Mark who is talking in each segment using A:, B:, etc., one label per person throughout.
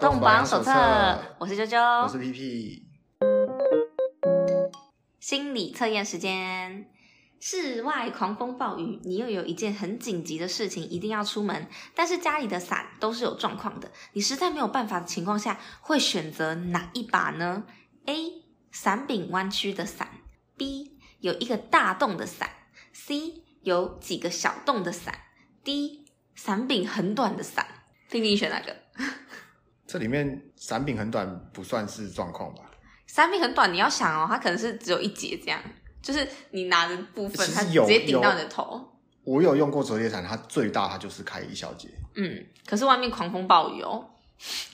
A: 动保养手册，我是啾
B: 我
A: 啾
B: 是。P P。
A: 心理测验时间，室外狂风暴雨，你又有一件很紧急的事情一定要出门，但是家里的伞都是有状况的，你实在没有办法的情况下，会选择哪一把呢？A. 伞柄弯曲的伞，B. 有一个大洞的伞，C. 有几个小洞的伞，D. 伞柄很短的伞。听你选哪个？
B: 这里面伞柄很短，不算是状况吧？
A: 伞柄很短，你要想哦，它可能是只有一节这样，就是你拿的部分，
B: 其实
A: 它直
B: 有
A: 接顶到
B: 有
A: 你的头。
B: 我有用过折叠伞，它最大它就是开一小节，
A: 嗯，可是外面狂风暴雨哦，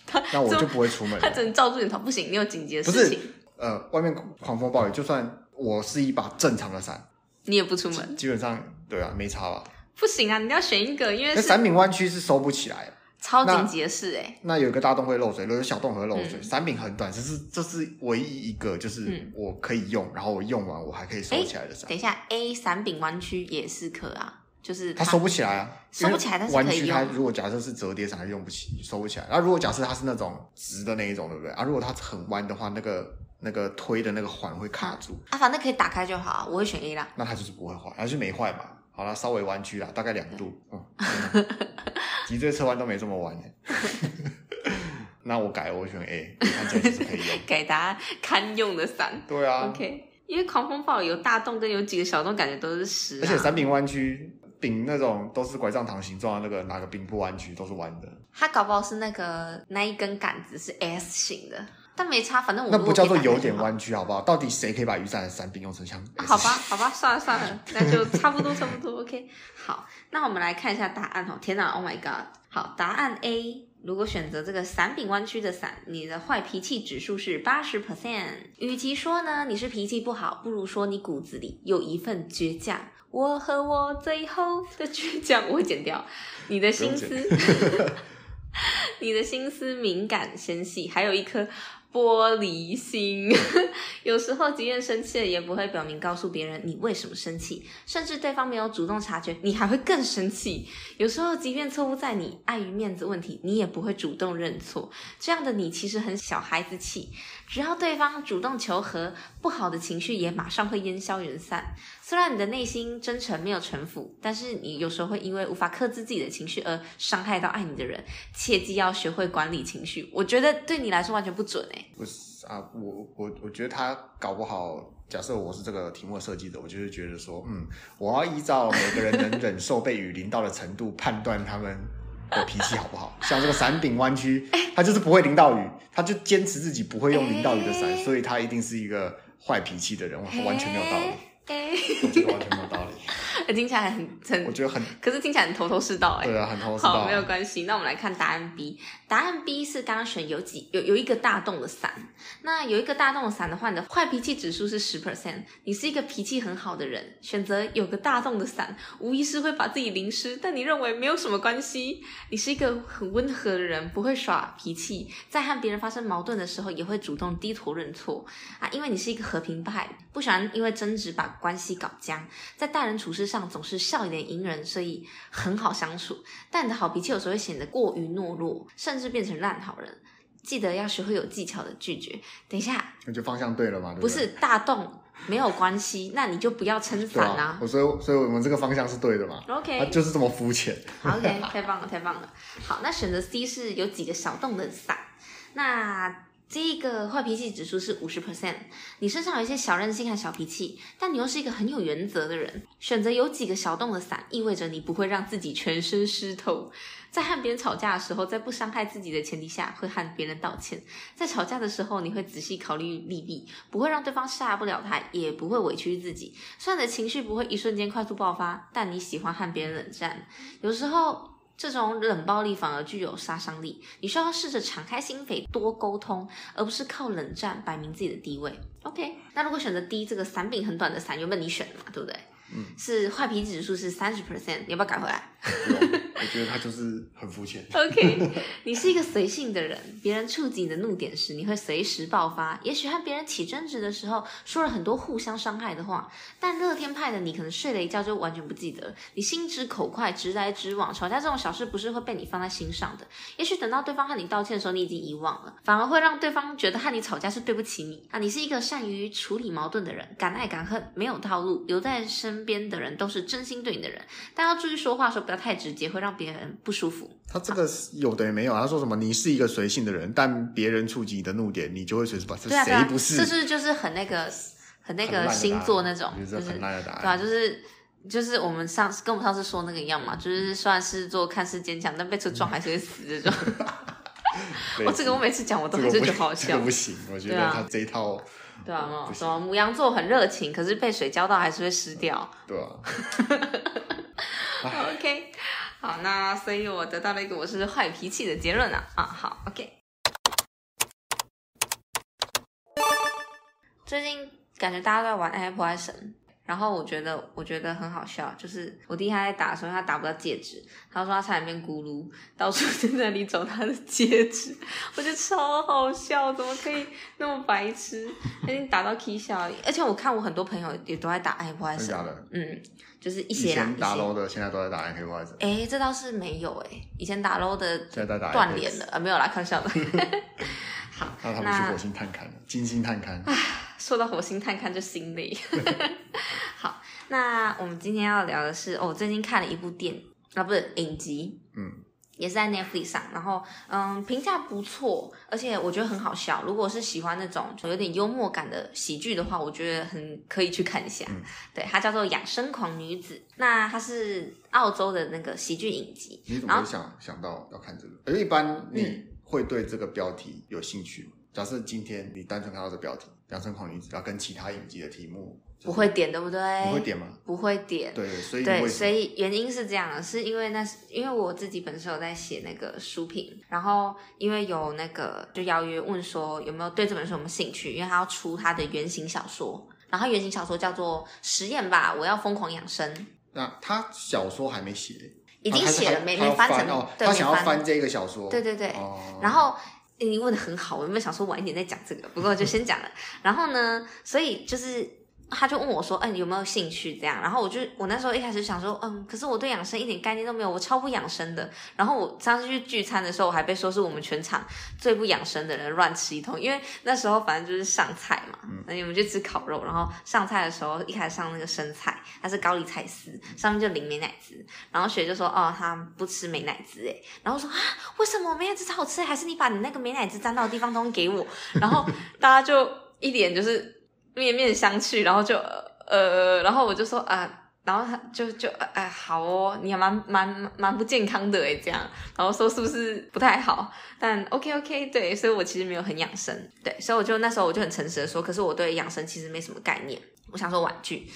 A: 它
B: 那我
A: 怎
B: 就
A: 么
B: 不会出 门
A: 它
B: 了。
A: 只能罩住你的头，不行，你有紧急的
B: 不
A: 事
B: 是
A: 情，，
B: 呃，外面狂风暴雨，就算我是一把正常的伞，
A: 你也不出门，
B: 基本上对啊，没差吧？
A: 不行啊，你要选一个，因为
B: 那
A: 是
B: 伞柄弯曲是收不起来，
A: 超
B: 那
A: 紧急的事哎、
B: 那有一个大洞会漏水，有一个小洞会漏水。
A: 嗯
B: 伞柄很短，这是这是唯一一个就是
A: 嗯
B: 我可以用，然后我用完我还可以收起来的伞
A: 等。一下，A 伞柄弯曲也是可啊，就是
B: 它收不起来啊，
A: 收不起来
B: 因为
A: 但是可以
B: 弯曲它
A: 用
B: 如果假设是折叠伞，它用不起，收不起来。那如果假设它是那种直的那一种，对不对？啊，如果它很弯的话，那个那个推的那个环会卡住，
A: 啊，反正可以打开就好啊，我会选 A 啦。
B: 那它就是不会坏，它就没坏嘛。好了，稍微弯曲啦，大概两度。嗯，脊椎侧弯都没这么弯、欸。 那我改了，我选 A，看起来就是可以用。
A: 给大家堪用的伞、
B: 对啊
A: o k 因为狂风暴雨有大洞跟有几个小洞，感觉都是实、啊，
B: 而且伞柄弯曲，柄那种都是拐杖糖形状的那个，哪个柄不弯曲都是弯的，
A: 它搞不好是那个那一根杆子是 S 型的，但没差，反正我
B: 那
A: 如
B: 不
A: 果
B: 叫做
A: 可以打开
B: 有点
A: 就好、
B: 弯曲，好不好？到底谁可以把雨伞的伞柄用成像？
A: 啊好吧，好吧，算了算了，那就差不多差不多，OK。好，那我们来看一下答案哦。天哪，Oh my god！好，答案 A。如果选择这个伞柄弯曲的伞，你的坏脾气指数是八十 percent。与其说呢你是脾气不好，不如说你骨子里有一份倔强。我和我最后的倔强，我 会剪掉。你的心
B: 不
A: 思， 你的心思敏感纤细，还有一颗玻璃心。 有时候即便生气了，也不会表明告诉别人你为什么生气，甚至对方没有主动察觉，你还会更生气。有时候即便错误在你，碍于面子问题，你也不会主动认错。这样的你其实很小孩子气，只要对方主动求和，不好的情绪也马上会烟消云散。虽然你的内心真诚没有城府，但是你有时候会因为无法克制自己的情绪而伤害到爱你的人。切记要学会管理情绪，我觉得对你来说完全不准哎、
B: 不是啊，我我我觉得他搞不好。假设我是这个题目的设计者，我就是觉得说，嗯，我要依照每个人能忍受被雨淋到的程度，判断他们的脾气好不好。像这个伞柄弯曲，他就是不会淋到雨，他就坚持自己不会用淋到雨的伞，
A: 哎
B: 所以他一定是一个坏脾气的人，哇完全没有道理。
A: 哎、
B: 我觉得完全没有道理，
A: 哎 听起来很
B: 我
A: 很，
B: 觉得很
A: 可是听起来很头头是道哎、
B: 对啊，很头是道
A: 好，
B: 啊
A: 没有关系。那我们来看答案 B。答案 B 是刚刚选有几有有一个大洞的伞。那有一个大洞的伞的话，你的坏脾气指数是十 percent。你是一个脾气很好的人，选择有个大洞的伞，无疑是会把自己淋湿，但你认为没有什么关系。你是一个很温和的人，不会耍脾气，在和别人发生矛盾的时候，也会主动低头认错啊，因为你是一个和平派，不喜欢因为争执把关系搞僵，在待人处事上总是笑脸迎人，所以很好相处。但你的好脾气有时候会显得过于懦弱，甚至变成烂好人。记得要学会有技巧的拒绝。等一下，
B: 我觉得方向对了嘛？对
A: 不
B: 对
A: 是大洞没有关系，那你就不要撑
B: 对
A: 伞
B: 啊，
A: 啊。
B: 我所以所以我们这个方向是对啊的嘛？它
A: OK，
B: 就是这么肤浅。
A: 好 OK，太棒了，太棒了。好，那选择 C 是有几个小洞的伞。那这个坏脾气指数是五十 percent，你身上有一些小任性和小脾气，但你又是一个很有原则的人。选择有几个小洞的伞，意味着你不会让自己全身湿透。在和别人吵架的时候，在不伤害自己的前提下，会和别人道歉。在吵架的时候，你会仔细考虑利弊，不会让对方下不了台，也不会委屈自己。虽然你的情绪不会一瞬间快速爆发，但你喜欢和别人冷战，有时候这种冷暴力反而具有杀伤力。你需要试着敞开心扉，多沟通，而不是靠冷战摆明自己的地位。OK，那如果选择 D 这个伞柄很短的伞，原本你选的嘛，对不对？
B: 嗯，
A: 是坏脾气指数是三十 percent，你要不要改回来？
B: 不用 我觉得他就是很肤浅。
A: OK，你是一个随性的人，别人触及你的怒点时，你会随时爆发。也许和别人起争执的时候，说了很多互相伤害的话，但乐天派的你可能睡了一觉就完全不记得。你心直口快，直来直往，吵架这种小事不是会被你放在心上的。也许等到对方和你道歉的时候，你已经遗忘了，反而会让对方觉得和你吵架是对不起你啊。你是一个善于处理矛盾的人，敢爱敢恨，没有套路，留在身边的人都是真心对你的人，但要注意说话的时候不要太直接，会让别人不舒服。
B: 他这个是有的也没有啊，他说什么你是一个随性的人，但别人触及你的怒点，你就会随时把这
A: 对啊，对啊
B: 谁，不是？
A: 这是就是很那个很那
B: 很烂
A: 个
B: 的
A: 星
B: 答
A: 座
B: 案
A: 那种，
B: 就是
A: 就
B: 这
A: 是
B: 很烂的答
A: 对
B: 案。
A: 啊，就是就是我们上次跟我们上次说那个一样嘛，就是虽然狮子座看似坚强，但被车撞还是会死 这种。
B: 类
A: 我
B: 似
A: 哦这个我每次讲我都
B: 这
A: 还
B: 个
A: 是
B: 不
A: 觉得好
B: 这
A: 笑
B: 个，不行，我觉
A: 对
B: 得
A: 啊
B: 他这一套
A: 对啊，
B: 不
A: 什么母羊座很热情，可是被水浇到还是会湿掉。
B: 对啊吧、
A: OK，好，那所以我得到了一个我是坏脾气的结论啊啊，好，OK。最近感觉大家都在玩 Apple 爱神，然后我觉得我觉得很好笑，就是我弟他在打的时候，他打不到戒指，他说他差点变咕噜，到处在那里找他的戒指， 我觉得超好笑，怎么可以那么白痴？已经打到 K 小，而且我看我很多朋友也都在打 Apple 爱
B: 真
A: 神
B: 假，的？
A: 嗯，就是一
B: 以
A: 些啦，
B: 前
A: 一
B: 打
A: 些。
B: 楼的，现在都在打 A K Y 子，
A: 哎，这倒是没有哎，以前打 LO 的
B: 现在在打
A: 断
B: Apex
A: 联了，啊，没有啦，开玩笑 的。
B: 那他们去
A: 那
B: 火星探勘了，金星探勘。
A: 说到火星探勘就心 累。好，那我们今天要聊的是，哦，我最近看了一部电影啊，不是影集，
B: 嗯，
A: 也是在 Netflix 上，然后嗯，评价不错，而且我觉得很好笑。如果是喜欢那种有点幽默感的喜剧的话，我觉得很可以去看一下。
B: 嗯
A: 对，它叫做《养生狂女子》，那它是澳洲的那个喜剧影集，
B: 你怎
A: 然
B: 么
A: 后
B: 会想想到要看这个？而一般
A: 嗯
B: 你会对这个标题有兴趣吗？假设今天你单纯看到这标题“养生狂女子”，然后跟其他影集的题目，
A: 不会点对不对？
B: 你会点吗？
A: 不会点。
B: 对，所以
A: 哎对，
B: 为什
A: 所
B: 么
A: 以原因是这样的，是因为那是因为我自己本身有在写那个书评，然后因为有那个就邀约问说有没有对这本书有没有兴趣，因为他要出他的原型小说，然后他原型小说叫做《实验吧，我要疯狂养生》，
B: 那他小说还没写，
A: 已经
B: 啊他
A: 写了，
B: 他
A: 没
B: 他要
A: 没翻成，
B: 哦，
A: 对，
B: 他
A: 没
B: 想要
A: 翻，
B: 翻这个小说，
A: 对对对，
B: 哦，
A: 然后诶你问的很好，我原本想说晚一点再讲这个，不过我就先讲了。然后呢，所以就是他就问我说：“嗯、你有没有兴趣？”这样，然后我就我那时候一开始想说：“嗯，可是我对养生一点概念都没有，我超不养生的。”然后我上次去聚餐的时候，我还被说是我们全场最不养生的人，乱吃一通。因为那时候反正就是上菜嘛，那我们就吃烤肉，然后上菜的时候一开始上那个生菜，它是高丽菜丝，上面就淋美乃滋。然后雪就说：“哦，他不吃美乃滋。”哎，然后我说：“啊，为什么美乃滋超好吃？还是你把你那个美乃滋沾到的地方都给我？”然后大家就一脸就是面面相觑，然后就呃，然后我就说啊。然后他就就呃呃好哦，你还蛮蛮蛮不健康的欸诶，这样，然后说是不是不太好？但 OK OK，对，所以我其实没有很养生，对，所以我就那时候我就很诚实的说，可是我对养生其实没什么概念，我想说婉拒，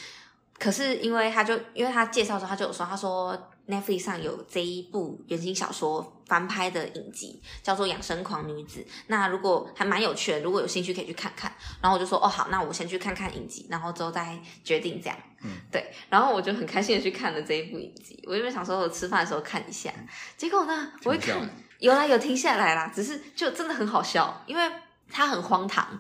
A: 可是因为他就因为他介绍的时候，他就有说，他说 Netflix 上有这一部原型小说翻拍的影集，叫做《养生狂女子》。那如果还蛮有趣的，如果有兴趣可以去看看。然后我就说，哦好，那我先去看看影集，然后之后再决定这样。
B: 嗯，
A: 对。然后我就很开心的去看了这一部影集，我原本想说我吃饭的时候看一下，结果呢，我一
B: 停不下
A: 看
B: 来，
A: 有啦有停下来啦，只是就真的很好笑，因为它很荒唐，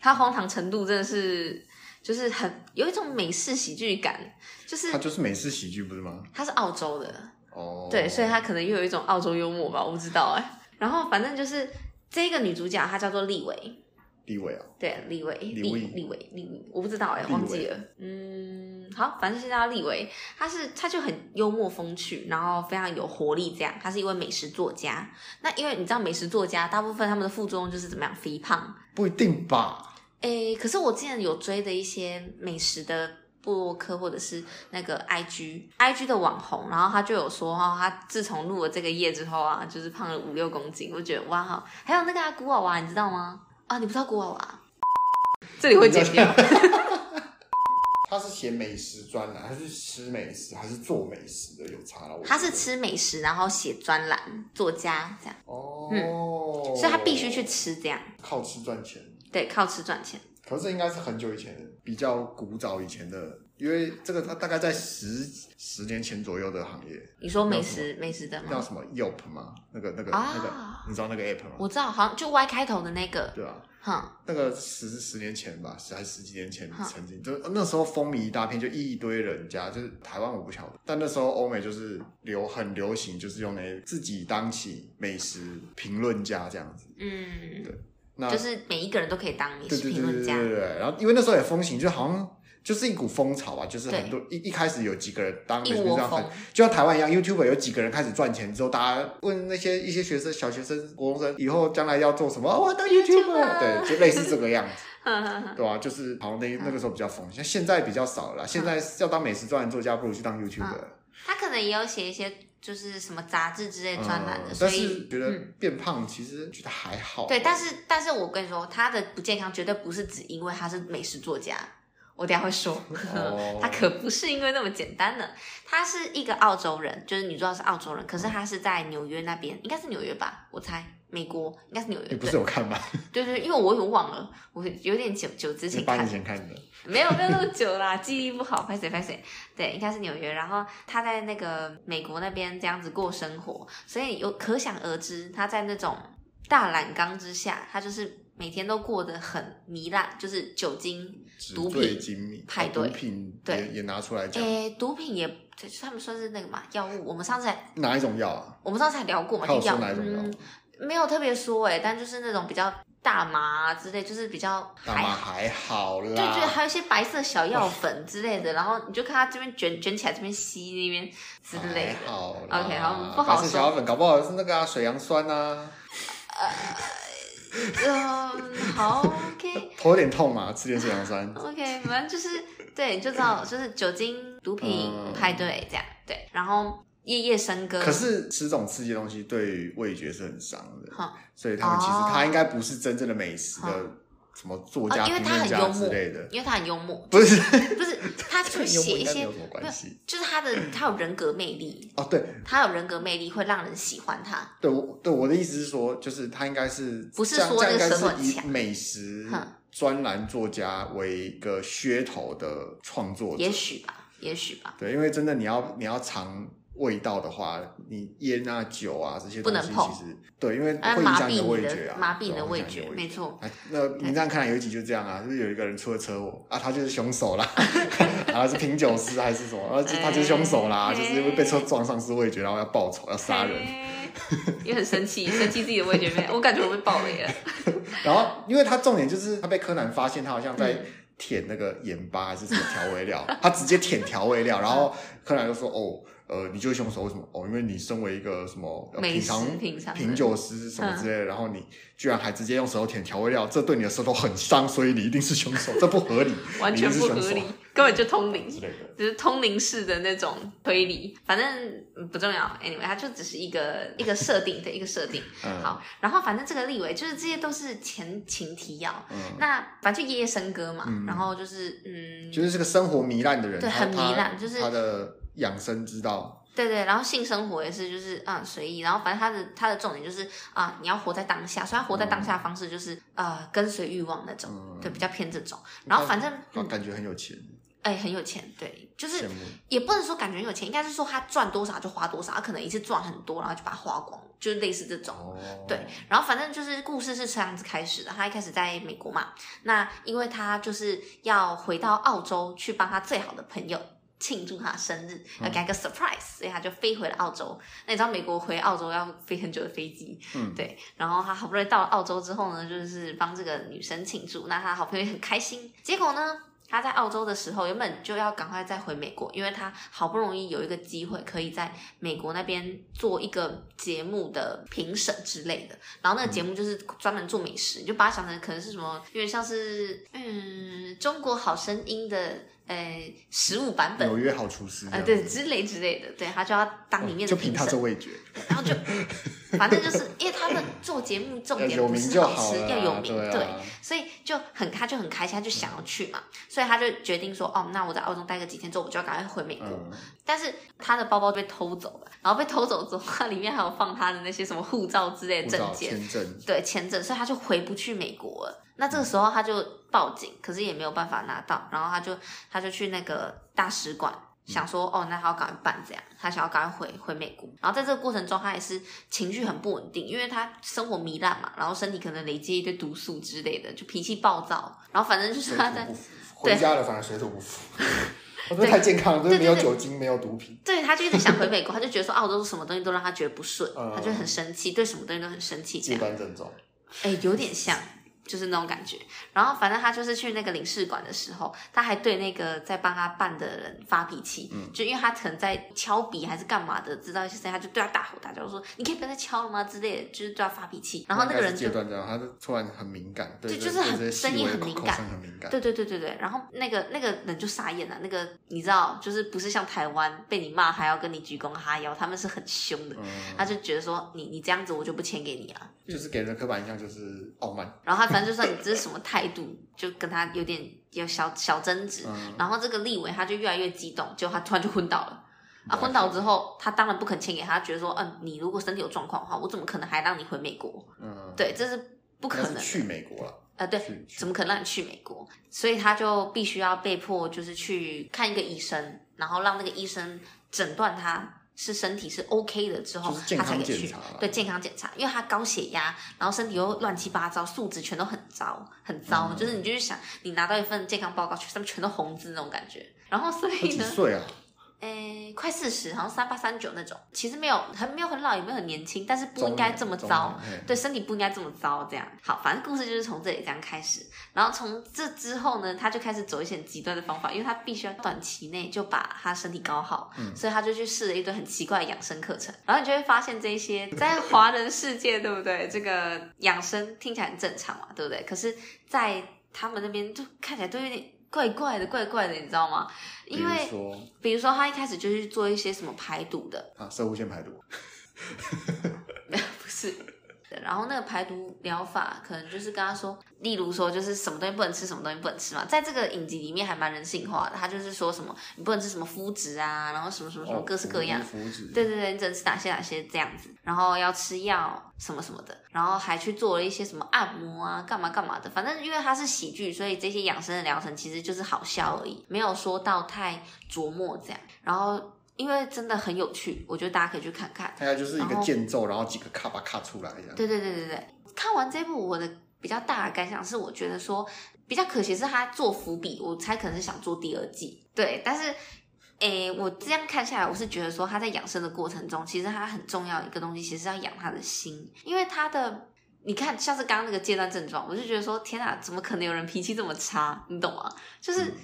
A: 它荒唐程度真的是。就是很有一种美式喜剧感，就是
B: 他就是美式喜剧不是吗？
A: 他是澳洲的，
B: 哦，
A: 对，所以他可能又有一种澳洲幽默吧，我不知道哎、然后反正就是这个女主角，她叫做立伟，
B: 地位啊，
A: 对，立伟，
B: 李
A: 立
B: 伟
A: 立伟，立伟，我不知道哎、
B: 立伟
A: 忘记了，嗯，好，反正现在叫立伟，她是她就很幽默风趣，然后非常有活力，这样，她是一位美食作家。那因为你知道美食作家大部分他们的副作用就是怎么样，肥胖。
B: 不一定吧？
A: 诶，可是我之前有追的一些美食的布洛克或者是那个 IG IG 的网红，然后他就有说哦，他自从录了这个夜之后啊，就是胖了五六公斤，我觉得哇好。还有那个、啊、古娃娃，你知道吗？啊，你不知道古娃娃？这里会剪掉。
B: 他是写美食专栏，他是吃美食还是做美食的有差了？我觉得
A: 他是吃美食，然后写专栏、作家这样，
B: 哦，
A: 所以他必须去吃这样，
B: 靠吃赚钱。
A: 对，靠吃赚钱。
B: 可是这应该是很久以前，比较古早以前的，因为这个它大概在十十年前左右的行业，
A: 你说美食美食的
B: 叫
A: 吗？
B: 什么 Yelp 吗？那个那个、
A: 啊
B: 那个，你知道那个 app 吗？
A: 我知道，好像就 Y 开头的那个，
B: 对啊，
A: 哼，
B: 那个十十年前吧，十还是十几年前
A: 好
B: 曾经，就那时候风靡一大片，就一堆人家，就是台湾我不晓得，但那时候欧美就是流很流行，就是用来自己当起美食评论家这样子。
A: 嗯，
B: 那
A: 就是每一个人都可以当美
B: 对
A: 食
B: 对对
A: 评
B: 对
A: 论
B: 对
A: 家，
B: 对对。然后因为那时候也风行，就好像就是一股风潮吧，就是
A: 对
B: 很多一一开始有几个人当美
A: 一
B: 食
A: 窝
B: 这样很
A: 蜂，
B: 就像台湾一样，YouTube 有几个人开始赚钱之后，大家问那些一些学生、小学生、国中生以后将来要做什么，哦我要当
A: YouTuber
B: YouTube，对，就类似这个样子，
A: 哼哼哼
B: 对啊，就是好
A: 嗯
B: 像那那个时候比较风，像现在比较少了啦。现在要当美食专栏作家，不如去
A: 嗯
B: 当 YouTuber。
A: 他可能也有写一些就是什么杂志之类专栏的，
B: 嗯
A: 所
B: 但
A: 以
B: 是觉得
A: 嗯
B: 变胖其实觉得还好。
A: 对，但是但是我跟你说，他的不健康绝对不是只因为他是美食作家，我等一下会说，
B: 哦
A: 他可不是因为那么简单的。他是一个澳洲人，就是女主角是澳洲人，可是他是在纽约那边，应该是纽约吧，我猜。美国应该是纽约，
B: 你不是
A: 对
B: 有看吗？
A: 对对，因为我有忘了，我有点久久之
B: 你
A: 前
B: 八
A: 看
B: 年，前看的，
A: 没有没有那么久啦，记忆不好，拍谁拍谁。 对，应该是纽约。然后他在那个美国那边这样子过生活，所以有可想而知，他在那种大染缸之下，他就是每天都过得很糜烂，就是酒精，
B: 纸
A: 毒品
B: 醉金迷哦
A: 派对
B: 毒品
A: 对哎
B: 也也拿出来讲，
A: 诶，毒品也，对他们算是那个嘛药物。我们上次还
B: 哪一种药啊？
A: 我们上次还聊过嘛，
B: 他
A: 就
B: 有
A: 药
B: 说
A: 物，
B: 哪一种药吗
A: 嗯，？没有特别说诶，但就是那种比较大麻啊之类，就是比较
B: 大
A: 还
B: 麻还好啦，
A: 对对，还有一些白色小药粉之类的，然后你就看它这边卷卷起来，这边吸那边之类
B: 还
A: 的。
B: 好啦
A: OK，好不好
B: 白色
A: 说
B: 小药粉搞不好是那个啊，水杨酸啊，
A: 嗯，好，OK。
B: 头有点痛嘛，吃点水杨酸
A: OK，反正就是对，你就知道就是酒精、毒品、
B: 嗯
A: 派对这样，对，然后夜夜笙歌。
B: 可是吃这种刺激的东西对于味觉是很伤的，
A: 哼，
B: 所以他们其实
A: 哦
B: 他应该不是真正的美食的
A: 哼
B: 什么作
A: 啊
B: 家、
A: 因为
B: 评
A: 他
B: 论
A: 很
B: 家
A: 幽
B: 之
A: 默
B: 类的，
A: 因为他很幽默，
B: 不是
A: 不是他会
B: 跟幽
A: 写
B: 默
A: 一
B: 应该没
A: 些
B: 有，什么关系。
A: 就是他的他有人格魅力，
B: 哦，对
A: 他有人格魅力会让人喜欢他。
B: 对，我对我的意思是说，就是他应该是
A: 不是
B: 这样
A: 说
B: 这样
A: 那个
B: 应
A: 舌
B: 该
A: 头很
B: 是以
A: 强
B: 美食
A: 哼
B: 专栏作家为一个噱头的创作者，
A: 也许吧，也许吧，
B: 对，因为真的你要你要尝味道的话，你烟啊酒啊这些
A: 不
B: 东
A: 能
B: 西
A: 碰
B: 其实对，因为
A: 哎
B: 会影
A: 麻
B: 响
A: 痹
B: 你
A: 你
B: 味觉啊，
A: 麻痹你的
B: 对
A: 味
B: 会影响
A: 觉，
B: 你的
A: 没错。
B: 哎那你这样看来有一集就这样啊，就是有一个人出了车祸啊，他就是凶手啦， 啊是品酒师还是什么，啊就他就是凶手啦，
A: 哎
B: 就是因为被车撞上失味觉，然后要报仇要杀人，
A: 嘿，也很生气，生气自己的味觉没，我感觉我被暴雷 了。
B: 然后因为他重点就是他被柯南发现他好像在。
A: 嗯
B: 舔那个盐巴还是什么调味料， 他直接舔调味料，然后柯南就说：“哦，呃，你就是凶手，为什么？哦，因为你身为一个什么呃
A: 美
B: 平
A: 食
B: 常
A: 品尝
B: 品酒师什么之
A: 嗯
B: 类的，然后你居然还直接用舌头舔调味料，这对你的舌头很伤，所以你一定是 凶手，这不合理，
A: 完
B: 你一
A: 全
B: 定
A: 不
B: 是凶
A: 合
B: 手啊
A: 理，根本就通灵
B: 之，类的。
A: 只是通灵式的那种推理，反正嗯不重要。Anyway，它就只是一个一个设定的 一个设定。
B: 嗯
A: 好，然后反正这个立委就是这些都是前情提要，
B: 嗯，
A: 那反正就夜夜笙歌嘛，
B: 嗯
A: 然后就是嗯，
B: 就是这个生活糜烂的人，
A: 对
B: 他
A: 很糜
B: 他
A: 烂就是
B: 他的养生之道，
A: 对对，然后性生活也是，就是啊随意，然后反正他的他的重点就是啊、你要活在当下，所以他活在当下的方式就是、呃跟随欲望那种，
B: 嗯
A: 对，比较偏这种。然后反正
B: 他
A: 嗯
B: 感觉很有钱，
A: 哎很有钱，对，就是
B: 羡慕。
A: 也不能说感觉很有钱，应该是说他赚多少就花多少，他可能一次赚很多，然后就把它花光，就是类似这种。
B: 哦，
A: 对，然后反正就是故事是这样子开始的。他一开始在美国嘛，那因为他就是要回到澳洲去帮他最好的朋友庆祝他生日，要给他一个 surprise，所以他就飞回了澳洲。那你知道美国回澳洲要飞很久的飞机，
B: 嗯
A: 对。然后他好不容易到了澳洲之后呢，就是帮这个女生庆祝，那他好朋友也很开心。结果呢？他在澳洲的时候，原本就要赶快再回美国，因为他好不容易有一个机会可以在美国那边做一个节目的评审之类的，然后那个节目就是专门做美食，你就把它想成可能是什么，有点像是嗯中国好声音的呃食物版本，
B: 纽约好厨师这
A: 呃
B: 样子，哦
A: 对之类之类的，对他就要当里面的
B: 就凭
A: 评
B: 他这
A: 审，
B: 味觉，
A: 然后就反正就是因为他们做节目重
B: 要
A: 点
B: 有
A: 不
B: 名
A: 是
B: 就
A: 好
B: 好
A: 吃
B: 了啦，
A: 要有名，
B: 对
A: 对
B: 啊，
A: 所以就很他就很开心，他就想要去嘛，所以他就决定说，哦，那我在澳洲待个几天之后，我就要赶快回美国。
B: 嗯，
A: 但是他的包包被偷走了，然后被偷走之后，它里面还有放他的那些什么护照之类的
B: 护照
A: 证件，
B: 签证，
A: 对签证，所以他就回不去美国了。那这个时候他就报警，可是也没有办法拿到，然后他就他就去那个大使馆。想说哦，那他要赶快办这样，他想要赶快回回美国。然后在这个过程中，他也是情绪很不稳定，因为他生活糜烂嘛，然后身体可能累积一堆毒素之类的，就脾气暴躁。然后反正就是
B: 水
A: 他
B: 土
A: 在
B: 不服，
A: 对
B: 回家了反而水土 不服。我觉得太健康了，就是没有
A: 对对
B: 酒精，没有毒品。
A: 对，他就一直想回美国，他就觉得说澳洲什么东西都让他觉得不顺，
B: 嗯
A: 他就很生气，对什么东西都很生气这
B: 戒
A: 样。
B: 断症状，
A: 哎，有点像，就是那种感觉。然后反正他就是去那个领事馆的时候，他还对那个在帮他办的人发脾气，
B: 嗯
A: 就因为他可能在敲笔还是干嘛的，知道一些声音，他就对他大吼大叫说：“你可以不要再敲了吗？”之类的，就是对他发脾气。然后那个
B: 应该
A: 人
B: 是
A: 就
B: 戒断症状，他是突然很敏感，对
A: 对
B: 这
A: 就是
B: 对
A: 很
B: 这些
A: 声
B: 细
A: 音
B: 微
A: 很
B: 的
A: 敏
B: 口
A: 感
B: 声很敏感。
A: 对对对对对，然后那个那个人就傻眼了、那个你知道，就是不是像台湾被你骂还要跟你鞠躬哈腰，他们是很凶的。
B: 嗯，
A: 他就觉得说你你这样子我就不签给你啊，
B: 就是给人的刻板印象就是傲慢。
A: 然后他反正就说你这是什么态度，就跟他有点有小小争执。
B: 嗯，
A: 然后这个立委他就越来越激动，结果他突然就昏倒了。啊，
B: 了解
A: 昏倒之后，他当然不肯签给他，觉得说，嗯，你如果身体有状况的话，我怎么可能还让你回美国？
B: 嗯，
A: 对，这是不
B: 不
A: 可能的。
B: 去美国了。
A: 呃，对，
B: 去 去
A: 怎么可能让你去美国？所以他就必须要被迫就是去看一个医生，然后让那个医生诊断他是身体是 OK 的之后，
B: 就是健
A: 他才
B: 康
A: 可以
B: 检
A: 去
B: 查。啦。
A: 对健康检查，因为他高血压，然后身体又乱七八糟，数值全都很糟，很糟。
B: 嗯
A: 就是你就是想，你拿到一份健康报告，上面全都红字那种感觉。 然后所
B: 他
A: 以
B: 几
A: 呢，
B: 岁啊？
A: 诶，快四十，好像三八三九那种，其实没有很没有很老，也没有很年轻，但是不
B: 中
A: 应该
B: 年
A: 这么
B: 中
A: 糟。
B: 年嘿
A: 对，身体不应该这么糟，这样好，反正故事就是从这里这样开始。然后从这之后呢，他就开始走一些很极端的方法，因为他必须要短期内就把他身体搞好，
B: 嗯
A: 所以他就去试了一堆很奇怪的养生课程。然后你就会发现这些在华人世界，对不对？这个养生听起来很正常嘛，对不对？可是，在他们那边就看起来都有点怪怪的，怪怪的，你知道吗？
B: 比
A: 因
B: 如
A: 为
B: 说
A: 比如说他一开始就去做一些什么排毒的，
B: 啊，射物腺排毒，
A: 不是。然后那个排毒疗法可能就是跟他说，例如说就是什么东西不能吃，什么东西不能吃嘛。在这个影集里面还蛮人性化的，他就是说什么你不能吃什么麸质啊，然后什么什么什么
B: 哦
A: 各式各样。
B: 福祉，
A: 对对对，你只能吃哪些哪些这样子，然后要吃药什么什么的，然后还去做了一些什么按摩啊，干嘛干嘛的。反正因为它是喜剧，所以这些养生的疗程其实就是好笑而已，没有说到太琢磨这样。然后因为真的很有趣，我觉得大家可以去看看。
B: 大概就是一
A: 然
B: 个
A: 后
B: 间奏，然后几个卡把卡出来这样。
A: 哦对对对对对，看完这部我的比较大的感想是，我觉得说比较可惜是他做伏笔，我猜可能是想做第二季。对，但是。诶，我这样看下来，我是觉得说他在养生的过程中，其实他很重要的一个东西，其实是要养他的心，因为他的，你看，像是刚刚那个戒断症状，我就觉得说，天哪，怎么可能有人脾气这么差？你懂吗？就是、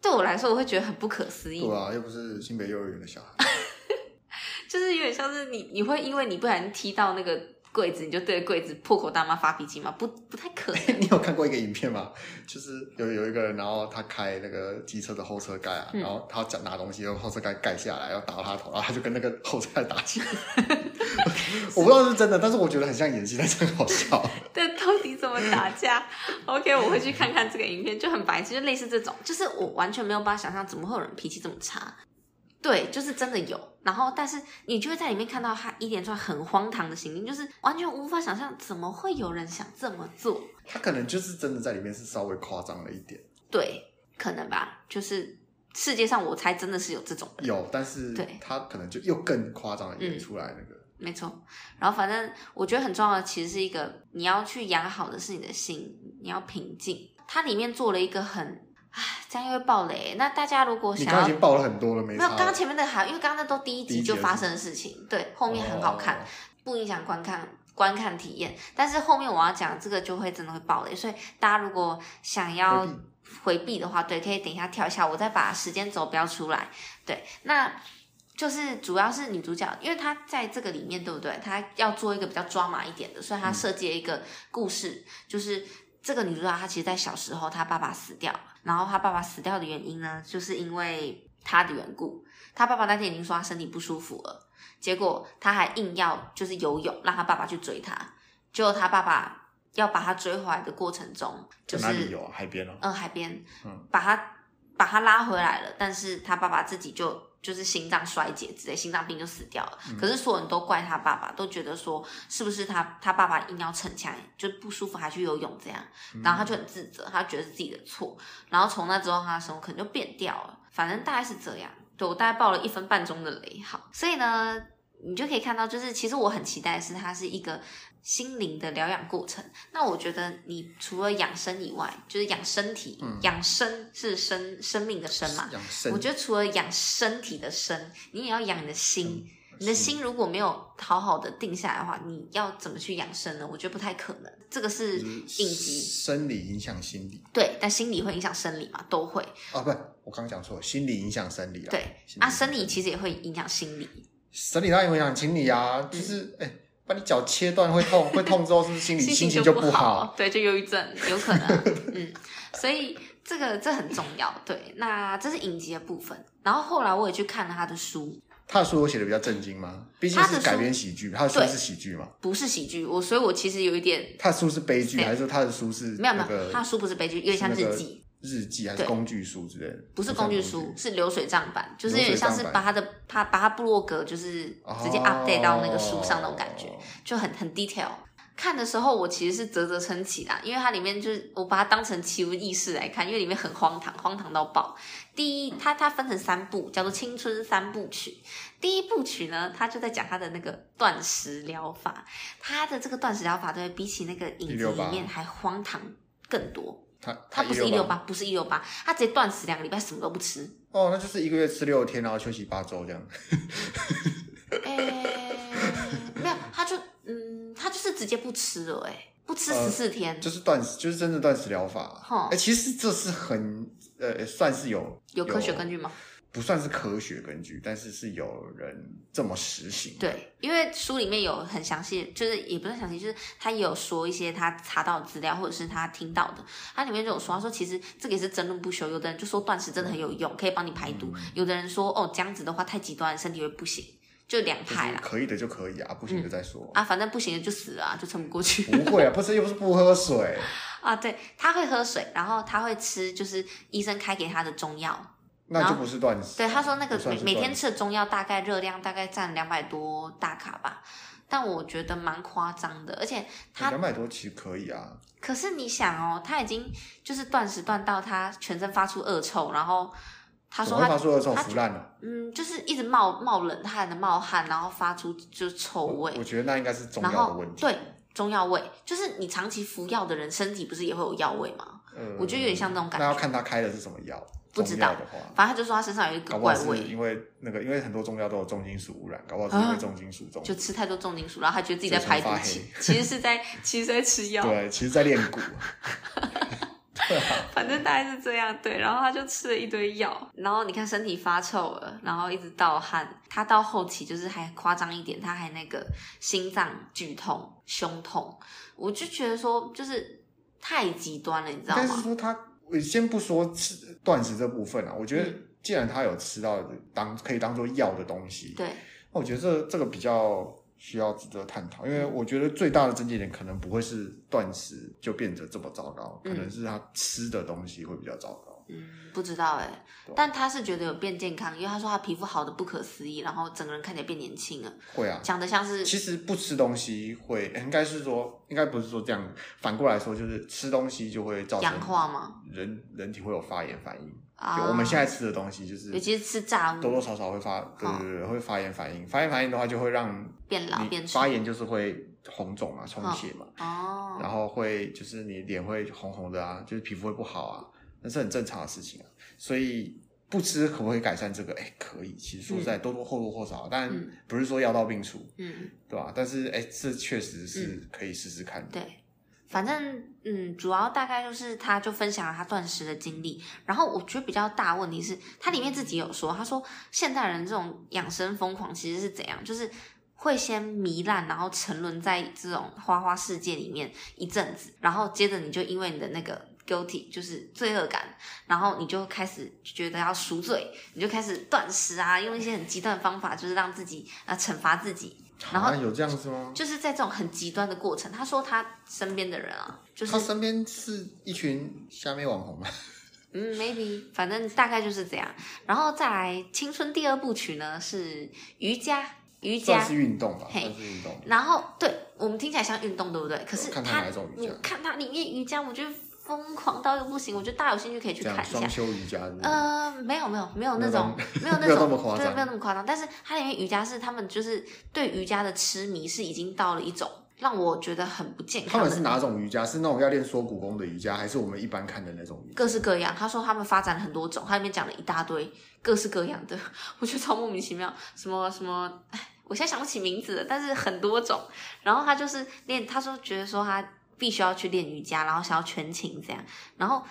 A: 对我来说，我会觉得很不可思议。
B: 嗯对啊，又不是新北幼儿园的小孩，
A: 就是有点像是你，你会因为你不小心踢到那个柜子，你就对着柜子破口大骂发脾气吗？不，不太可能。
B: 你有看过一个影片吗？就是有有一个人，然后他开那个机车的后车盖啊，
A: 嗯
B: 然后他讲拿东西，用后车盖盖下来，要打到他的头，然后他就跟那个后车盖打 起来。我不知道是不是真的，但是我觉得很像演戏，但是很 好笑。
A: 对，到底怎么打架？OK，我会去看看这个影片，就很白痴，就类似这种，就是我完全没有办法想象怎么会有人脾气这么差。对，就是真的有。然后，但是你就会在里面看到他一连串很荒唐的行径，就是完全无法想象怎么会有人想这么做。
B: 他可能就是真的在里面是稍微夸张了一点，
A: 对，可能吧，就是世界上我猜真的是有这种人。
B: 有，但是
A: 对嗯
B: 他可能就又更夸张了演出来那个。
A: 没错，然后反正我觉得很重要的其实是一个你要去养好的是你的心，你要平静。它里面做了一个很，唉，这样又会爆雷。欸那大家如果
B: 你
A: 想
B: 刚刚
A: 要
B: 已经爆了很多了，
A: 没
B: 没
A: 有，
B: 差
A: 刚
B: 了。
A: 刚前面那个还，因为刚刚那都第一
B: 第
A: 集
B: 一集
A: 就
B: 的
A: 发
B: 事
A: 生的事情，对，后面很好看，
B: 哦
A: 不影响观看观看体验。但是后面我要讲这个就会真的会爆雷，所以大家如果想要回
B: 回避
A: 避的话，对，可以等一下跳一下，我再把时间轴标出来。对，那。就是主要是女主角，因为她在这个里面，对不对？她要做一个比较抓马一点的，所以她设计了一个故事，就是这个女主角她其实，在小时候她爸爸死掉，然后她爸爸死掉的原因呢，就是因为她的缘故。她爸爸那天已经说她身体不舒服了，结果她还硬要就是游泳，让她爸爸去追她。结果她爸爸要把她追回来的过程中，就
B: 在哪里
A: 是
B: 有啊？海边哦。
A: 呃嗯海边
B: 嗯，
A: 把她把他拉回来了，但是他爸爸自己就就是心脏衰竭之类，心脏病就死掉了。可是所有人都怪他爸爸，都觉得说是不是他他爸爸硬要逞强，就不舒服还去游泳这样，然后他就很自责，他觉得是自己的错。然后从那之后，他的生活可能就变掉了。反正大概是这样，对我大概爆了一分半钟的雷。好，所以呢，你就可以看到，就是其实我很期待的是它是一个心灵的疗养过程。那我觉得你除了养生以外，就是养身体，养生是生生命的生嘛。
B: 养嗯生
A: 我觉得除了养身体的身，你也要养你的心。你的
B: 是
A: 心如果没有好好的定下来的话，你要怎么去养生呢？我觉得不太可能。这个是
B: 就是
A: 应急，
B: 生理影响心理
A: 对，但心理会影响生理嘛，都会。
B: 啊，不，我刚刚讲错，心理影响生理啊。
A: 对
B: 心理
A: 啊，生理其实也会影响心理。
B: 生理当然影响心理啊，
A: 嗯
B: 就是哎、把你脚切断会 痛，会痛之后是不是心理嗯心情
A: 就
B: 不好？
A: 好，对，就忧郁症有可能，嗯，所以这个这很重要，对，那这是影集的部分。然后后来我也去看了他的书，
B: 他的书我写的比较震惊吗？毕竟
A: 他的
B: 是
A: 书
B: 改编喜剧，他的书
A: 对
B: 是喜剧嘛？
A: 不是喜剧，我所以我其实有一点
B: 他的书是悲剧，
A: 对
B: 还是说他的书是
A: 没有没
B: 那
A: 有，
B: 个
A: 他的书不是悲剧，有点像日记，
B: 日记还是
A: 对
B: 工具书之类的？
A: 不是工具书，是流水账版，就是有点像是
B: 流水账版
A: 把他的他把他部落格就是
B: 哦
A: 直接 update 到那个书上那种感觉。就很很 detail。看的时候，我其实是啧啧称奇啦，因为它里面就是我把它当成奇闻异事来看，因为里面很荒唐，荒唐到爆。第一，它它分成三部，叫做《青春三部曲》。第一部曲呢，它就在讲它的那个断食疗法，它的这个断食疗法，对，比起那个影集里
B: 168
A: 面还荒唐更多。
B: 他
A: 它不啊是一
B: 六
A: 六八，不是一六八，它直接断食两个礼拜，什么都不吃。
B: 哦，那就是一个月吃六天，然后休息八周这样。
A: 哎、没有，他就嗯，他就是直接不吃了、哎，不吃十四天。
B: 就是断食，就是真的断食疗法。
A: 哦
B: 哎、其实这是很呃，算是有嗯
A: 有科学根据吗？
B: 不算是科学根据，但是是有人这么实行。，
A: 对，因为书里面有很详细，就是也不是详细，就是他也有说一些他查到的资料，或者是他听到的。他里面就有说，他说其实这个也是争论不休。有的人就说断食真的很有用，可以帮你排
B: 嗯
A: 毒；有的人说哦，这样子的话太极端，身体会不行。就两
B: 就
A: 派
B: 是
A: 啦，
B: 可以的就可以啊，不行就再说。
A: 啊，反正不行的就死了、啊，就撑不过去。
B: 不会啊，不是又不是不喝水，
A: 啊，对，他会喝水，然后他会吃，就是医生开给他的中药。
B: 那就不是断食。哎
A: 对，他说那个
B: 不算
A: 每
B: 是
A: 每
B: 断
A: 天吃的中药大概热量大概占两百多大卡吧，但我觉得蛮夸张的，而且他
B: 两百多其实可以啊，
A: 可是你想哦，他已经就是断食断到他全身发出恶臭，然后他
B: 怎
A: 说
B: 么会
A: 他
B: 发出恶臭
A: 他
B: 腐烂了？
A: 嗯，就是一直冒冒冷汗的冒汗，然后发出就是臭味，
B: 我觉得那应该是中
A: 然
B: 药的
A: 后
B: 问题。
A: 对中药味，就是你长期服药的人身体不是也会有药味吗？
B: 呃
A: 我觉得有点像那种感
B: 那要
A: 觉。
B: 看他开的是什么药。
A: 不知道
B: 中药的话，
A: 反正他就说他身上有一
B: 搞
A: 个
B: 不
A: 怪
B: 好是
A: 味，
B: 因为那个，因为很多中药都有重金属污染，搞不好是因为重金属中毒。
A: 就吃太多重金属，然后他觉得自己在
B: 所以
A: 排
B: 才
A: 毒
B: 发，黑
A: 其其实是在其实是在吃药。
B: 对，其实在练骨。
A: 反正大概是这样，对。然后他就吃了一堆药，然后你看身体发臭了，然后一直盗汗。他到后期就是还夸张一点，他还那个心脏剧痛、胸痛，我就觉得说就是太极端了，你知道
B: 但是
A: 吗？
B: 说他，我先不说吃断食这部分啊，我觉得
A: 嗯
B: 既然他有吃到当可以当做药的东西，
A: 对，
B: 那我觉得这这个比较需要值得探讨，因
A: 嗯
B: 为我觉得最大的症结点可能不会是断食就变得这么糟糕，可
A: 嗯
B: 能是他吃的东西会比较糟糕。
A: 嗯，不知道哎、
B: 对
A: 但他是觉得有变健康，因为他说他皮肤好的不可思议，然后整个人看起来变年轻了，
B: 会啊，
A: 讲的像是
B: 其实不吃东西会，应该是说，应该不是说这样，反过来说就是吃东西就会造成
A: 氧化吗？
B: 人人体会有发炎反应。
A: 啊，
B: 我们现在吃的东西就是
A: 尤其是吃炸
B: 多
A: 物
B: 多少少会发，对对对，会发炎反应。发炎反应的话，就会让
A: 变老
B: 你
A: 变瘦
B: 嗯发炎就是会红肿嘛，充血嘛，
A: 哦，
B: 然后会就是你脸会红红的啊，就是皮肤会不好啊，那是很正常的事情啊。所以不吃可不可以改善这个？哎，可以。其实说实在，多多或多或少，但
A: 嗯
B: 不是说药到病除，
A: 嗯。
B: 对吧？但是哎，这确实是可以试试看的。
A: 对，反正嗯，主要大概就是他就分享了他断食的经历，然后我觉得比较大问题是，他里面自己有说，他说现代人这种养生疯狂其实是怎样，就是。会先糜烂，然后沉沦在这种花花世界里面一阵子，然后接着你就因为你的那个 guilty 就是罪恶感，然后你就开始觉得要赎罪，你就开始断食啊，用一些很极端的方法，就是让自己啊、呃惩罚自己，然后
B: 好像有这样子吗？
A: 就是在这种很极端的过
B: 哦
A: 程，他说他身边的人啊，就是
B: 他身边是一群虾妹网红吗？
A: 嗯，maybe，反正大概就是这样。然后再来青春第二部曲呢是瑜伽，瑜
B: 算
A: 伽
B: 是。运动吧，
A: 嘿
B: 算是运动。
A: 然后对我们听起来像运动，对不对？可是它，
B: 看看哪一种瑜
A: 我
B: 伽
A: 看它里面瑜伽，我觉得疯狂到又不行。我觉得大家有兴趣可以去
B: 这
A: 看
B: 样
A: 一下
B: 双。修瑜伽是不是
A: 呃，没有没有没有那种没有那
B: 没有
A: 种
B: 那么夸张
A: 对，没有那么夸张。但是它里面瑜伽是他们就是对瑜伽的痴迷是已经到了一种让我觉得很不健
B: 他
A: 康
B: 们
A: 的
B: 是哪种瑜伽？是那种要练缩骨功的瑜伽，还是我们一般看的那种瑜伽？
A: 各式各样。他说他们发展了很多种，他里面讲了一大堆各式各样的，我觉得超莫名其妙，什么什么，哎，我现在想不起名字了，但是很多种。然后他就是练，他说觉得说他必须要去练瑜伽，然后想要全勤这样，然后。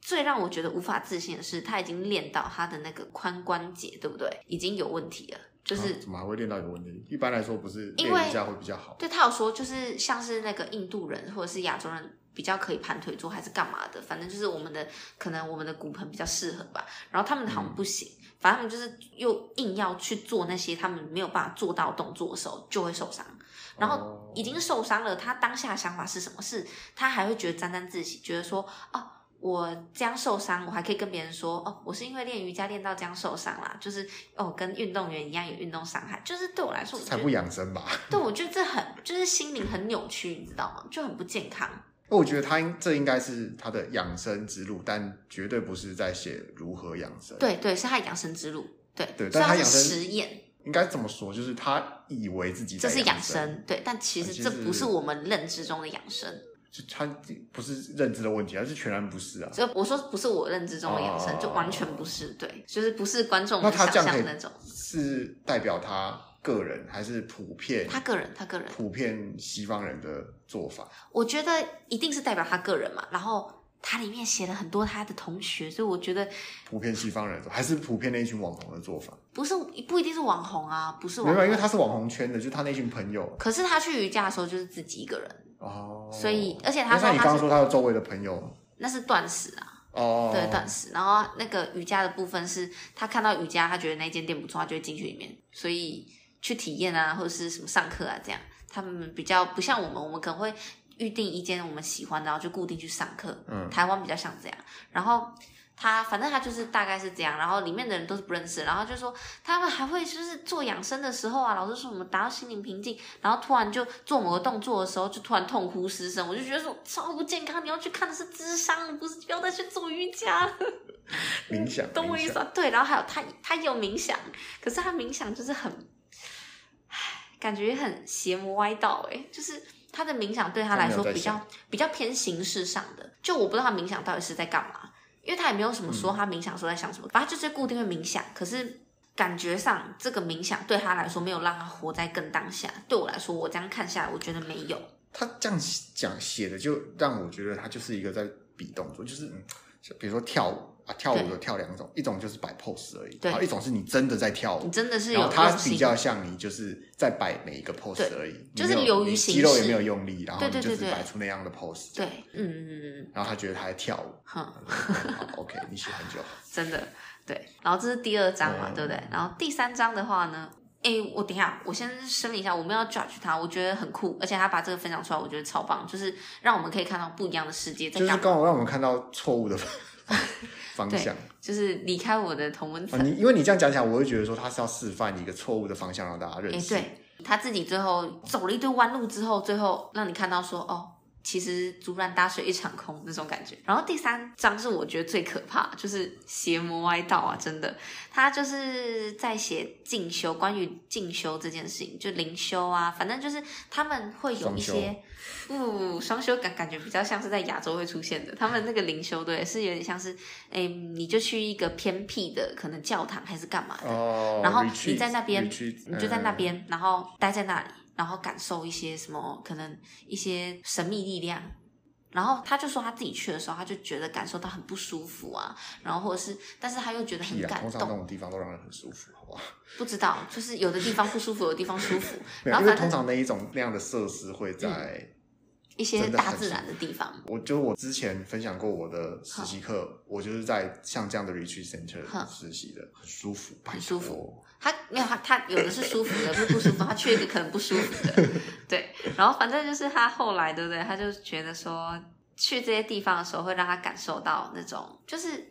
A: 最让我觉得无法置信的是，他已经练到他的那个髋关节，对不对？已经有问题了，就是
B: 啊怎么还会练到有问题？一般来说不是
A: 因
B: 练
A: 为
B: 瑜伽会比较好，
A: 对他有说，就是像是那个印度人或者是亚洲人比较可以盘腿坐还是干嘛的，反正就是我们的可能我们的骨盆比较适合吧。然后他们好
B: 嗯
A: 像不行，反正他们就是又硬要去做那些他们没有办法做到的动作的时候就会受伤。然后
B: 哦
A: 已经受伤了，他当下的想法是什么？是他还会觉得沾沾自喜，觉得说哦。我这样受伤，我还可以跟别人说哦，我是因为练瑜伽练到这样受伤啦，就是哦，跟运动员一样有运动伤害，就是对我来说，我觉
B: 才
A: 得
B: 不养生吧？
A: 对，我觉得这很就是心灵很扭曲，你知道吗？就很不健康。
B: 我觉得他应这应该是他的养生之路，但绝对不是在写如何养生。，
A: 对对，是他养生之路。对
B: 对
A: 虽
B: 但他
A: 然是
B: 养生
A: 实验，
B: 应该这么说，就是他以为自己
A: 这
B: 在
A: 是养
B: 生，啊
A: 生，对，但其实
B: 其
A: 这
B: 实
A: 不是我们认知中的养生。
B: 就他不是认知的问题，而是全然不是啊。
A: 就我说不是我认知中的养生，就完全不是，对，就是不是观众
B: 那
A: 能
B: 他
A: 想
B: 这样
A: 象
B: 可
A: 的
B: 以
A: 那种。
B: 是代表他个人，还是普遍
A: 他个人，他个人，
B: 普遍西方人的做法？
A: 我觉得一定是代表他个人嘛。然后他里面写了很多他的同学，所以我觉得
B: 普遍西方人的做法还是普遍那一群网红的做法？
A: 不是不一定是网红啊，不是
B: 没
A: 网
B: 有，因为
A: 红。
B: 他是网红圈的，就是他那群朋友
A: 可是他去瑜伽的时候就是自己一个人，
B: 哦。
A: 所以而且他
B: 那
A: 说
B: 像你刚
A: 他
B: 刚
A: 是
B: 说他的周围的朋友
A: 那是断食啊。
B: 哦，
A: 对，断食。然后那个瑜伽的部分是，他看到瑜伽，他觉得那间店不错，他就会进去里面，所以去体验啊，或者是什么上课啊，这样他们比较不像我们，我们可能会预定一间我们喜欢的，然后就固定去上课。
B: 嗯
A: 台湾比较像这样，然后。他反正他就是大概是这样，然后里面的人都是不认识，然后就说他们还会就是做养生的时候啊，老师说我们达到心灵平静，然后突然就做某个动作的时候就突然痛哭失声，我就觉得说超不健康，你要去看的是智商，不是不要再去做瑜伽了，
B: 冥想，
A: 懂我
B: 冥
A: 意
B: 想
A: 思啊？对，然后还有他他有冥想，可是他冥想就是很，唉感觉很邪魔歪道哎、就是。他的冥想对他来说
B: 他没有在
A: 比较比较偏形式上的，就我不知道他冥想到底是在干嘛，因为他也没有什么说
B: 嗯
A: 他冥想说在想什么，反正就是固定会冥想，可是感觉上这个冥想对他来说没有让他活在更当下，对我来说我这样看下来，我觉得没有，
B: 他这样讲写的，就让我觉得他就是一个在比动作，就是嗯像比如说跳舞啊，跳舞有跳两种，一种就是摆 pose 而已，
A: 对
B: 然后一种是你真的在跳
A: 你
B: 舞，
A: 真的是
B: 然
A: 有
B: 后他
A: 用心
B: 比较像你就是在摆每一个 pose
A: 对
B: 而已，
A: 就是
B: 你没有
A: 流于
B: 你
A: 形
B: 肌肉也
A: 式
B: 没有用力，然后
A: 对
B: 你
A: 对
B: 就
A: 对
B: 是
A: 对
B: 摆出那样的 pose，
A: 对，嗯，
B: 然后他觉得他在跳舞，
A: 哼，
B: 好 OK，你喜欢就好。
A: 真的对。然后这是第二章嘛，
B: 嗯
A: 对不对？然后第三章的话呢，诶，我等一下，我先声明一下，我们要 judge 他，我觉得很酷，而且他把这个分享出来，我觉得超棒，就是让我们可以看到不一样的世界在
B: 就是
A: 干嘛，
B: 刚好让我们看到错误的 方
A: 对
B: 向
A: 就是离开我的同文
B: 啊！
A: 层。
B: 你因为你这样讲起来，我会觉得说他是要示范一个错误的方向让大家认
A: 诶，
B: 识。
A: 哎对他自己最后走了一堆弯路之后，最后让你看到说，哦，其实竹篮打水一场空那种感觉。然后第三章是我觉得最可怕，就是邪魔歪道啊，真的，他就是在写进修，关于进修这件事情，就灵修啊，反正就是他们会有一些不双修感感觉比较像是在亚洲会出现的，他们那个灵修对是有点像是，诶，你就去一个偏僻的可能教堂还是干嘛的。
B: 哦，
A: 然后你
B: retreat，
A: 在那边
B: retreat，
A: 你就在那
B: 嗯
A: 边，然后待在那里，然后感受一些什么，可能一些神秘力量。然后他就说他自己去的时候，他就觉得感受到很不舒服啊，然后或者是，但是他又觉得很
B: 呃屁啦，
A: 感
B: 啊通常那
A: 动。
B: 种地方都让人很舒服，好不 好？。
A: 不知道，就是有的地方不舒服，有的地方舒服
B: 没有
A: 然
B: 因
A: 后
B: 为
A: 反
B: 通
A: 正
B: 常那一种那样的设施会
A: 嗯
B: 在，
A: 一些
B: 真的
A: 大
B: 很
A: 自
B: 舒
A: 然的地方，
B: 我就是我之前分享过我的实习课，我就是在像这样的 retreat center
A: 哼
B: 实习的，很舒服，
A: 很舒服
B: 拜托。
A: 他没有他他有的是舒服的，有的是不舒服，他去一个可能不舒服的，对。然后反正就是他后来，对不对？他就觉得说，去这些地方的时候，会让他感受到那种，就是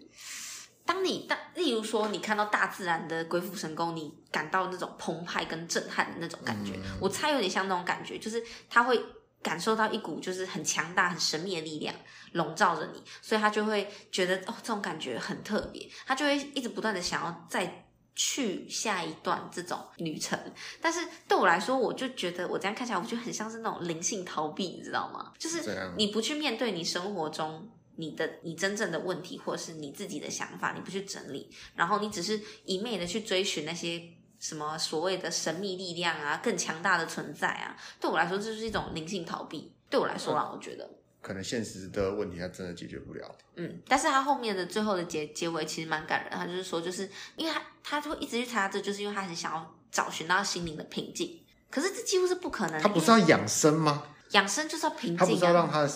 A: 当你当，例如说你看到大自然的鬼斧神工，你感到那种澎湃跟震撼的那种感觉。
B: 嗯
A: 我猜有点像那种感觉，就是他会感受到一股就是很强大、很神秘的力量笼罩着你，所以他就会觉得哦，这种感觉很特别，他就会一直不断的想要再去下一段这种旅程。但是对我来说，我就觉得我这样看起来，我就很像是那种灵性逃避，你知道吗？就是
B: 这样
A: 你不去面对你生活中。你的你真正的问题，或者是你自己的想法，你不去整理，然后你只是一昧的去追寻那些什么所谓的神秘力量啊，更强大的存在啊，对我来说这就是一种灵性逃避。对我来说
B: 嗯
A: 啦，我觉得，
B: 可能现实的问题他真的解决不了。
A: 嗯，但是他后面的最后的结结尾其实蛮感人，他就是说，就是因为他他就会一直去查这，就是因为他很想要找寻到心灵的平静。可是这几乎是不可能的，
B: 他不是要养生吗？
A: 养生就是要平
B: 他不
A: 静
B: 是要让
A: 啊。
B: 他的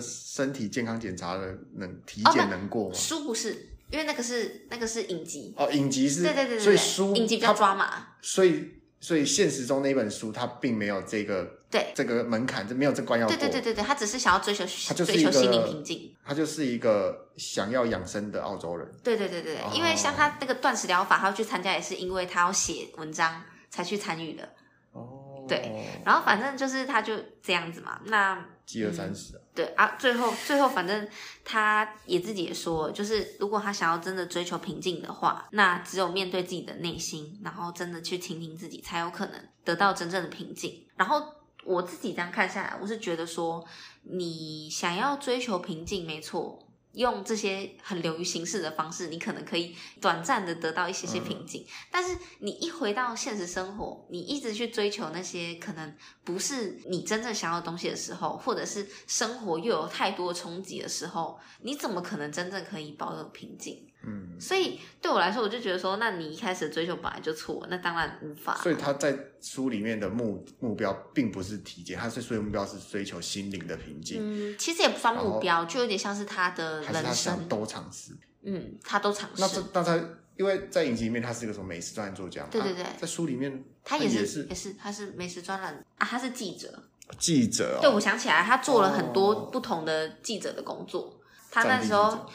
B: 身体健康检查的能体
A: 哦
B: 检
A: 那
B: 能过吗？
A: 书不是，因为那个是那个是影集，
B: 哦，影集是，
A: 对对对
B: 所
A: 对
B: 以
A: 对，
B: 书
A: 影集比较
B: 它
A: 抓马，
B: 所以所以现实中那本书它并没有这个
A: 对
B: 这个门槛，这没有这关要过，
A: 对对对对对，他只是想要追求
B: 他就是
A: 追求
B: 一个
A: 心灵平静。
B: 他就是一个想要养生的澳洲人，
A: 对对对对，对
B: 哦
A: 因为像他那个断食疗法，他要去参加也是因为他要写文章才去参与的。
B: 哦，
A: 对，然后反正就是他就这样子嘛。那
B: 饥饿三十啊，
A: 对啊，最后最后反正他也自己也说，就是如果他想要真的追求平静的话，那只有面对自己的内心，然后真的去倾听自己，才有可能得到真正的平静。然后我自己这样看下来，我是觉得说，你想要追求平静，没错。用这些很流于形式的方式，你可能可以短暂的得到一些
B: 嗯
A: 些平静，但是你一回到现实生活，你一直去追求那些可能不是你真正想要的东西的时候，或者是生活又有太多冲击的时候，你怎么可能真正可以保有平静？
B: 嗯，
A: 所以对我来说，我就觉得说，那你一开始的追求本来就错，那当然无法。
B: 所以他在书里面的目目标并不是体检，他最所有目标是追求心灵的平静，
A: 嗯，其实也不算目标，就有点像是他的
B: 还是他
A: 嗯人
B: 想
A: 生，
B: 都尝试？
A: 嗯，他都尝
B: 那这
A: 试，
B: 那他因为在影集里面他是一个什么美食专栏作家嘛，
A: 对对
B: 啊
A: 对
B: 在书里面
A: 他
B: 也
A: 也是也
B: 是
A: 他是美食专栏啊，他是记者，
B: 记者
A: 对，
B: 哦，
A: 我想起来，他做了很多
B: 哦
A: 不同的记者的工作。他
B: 战
A: 那
B: 地
A: 时候，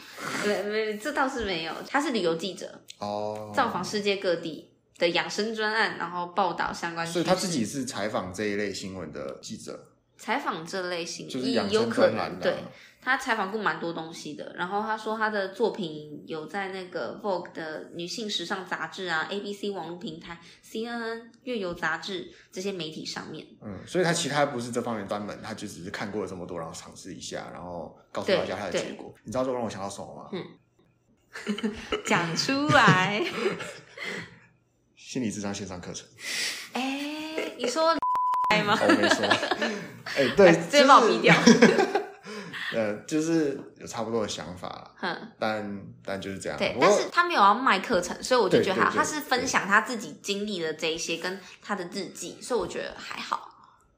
A: 没没这倒是没有，他是旅游记者，
B: 哦，
A: 造访世界各地的养生专案，然后报道相关。
B: 所以他自己是采访这一类新闻的记者，
A: 采访这类型，
B: 就是
A: 也
B: 养
A: 有
B: 生
A: 可
B: 专栏啊
A: 能
B: 啦
A: 对他采访过蛮多东西的。然后他说他的作品有在那个 Vogue 的女性时尚杂志啊、ABC 网络平台、CNN 月游杂志这些媒体上 面。
B: 嗯，所以他其他不是这方面专门，他就只是看过了这么多，然后尝试一下，然后告诉
A: 对
B: 大家他的
A: 对嗯
B: 结果。你知道这让我想到什么吗？
A: 讲出来，
B: 心理智商线上课程。
A: 哎，你说
B: 哦，我没说。 哎、对，
A: 直接把我毙掉。
B: 就是。 呃，就是有差不多的想法啦，
A: 哼。
B: 但但就是这样。
A: 对，
B: 不过
A: 但是他没有要卖课程，所以我就
B: 对
A: 觉得还好，
B: 对对
A: 他是分享他自己经历的这一些跟他的日记，所以我觉得还好。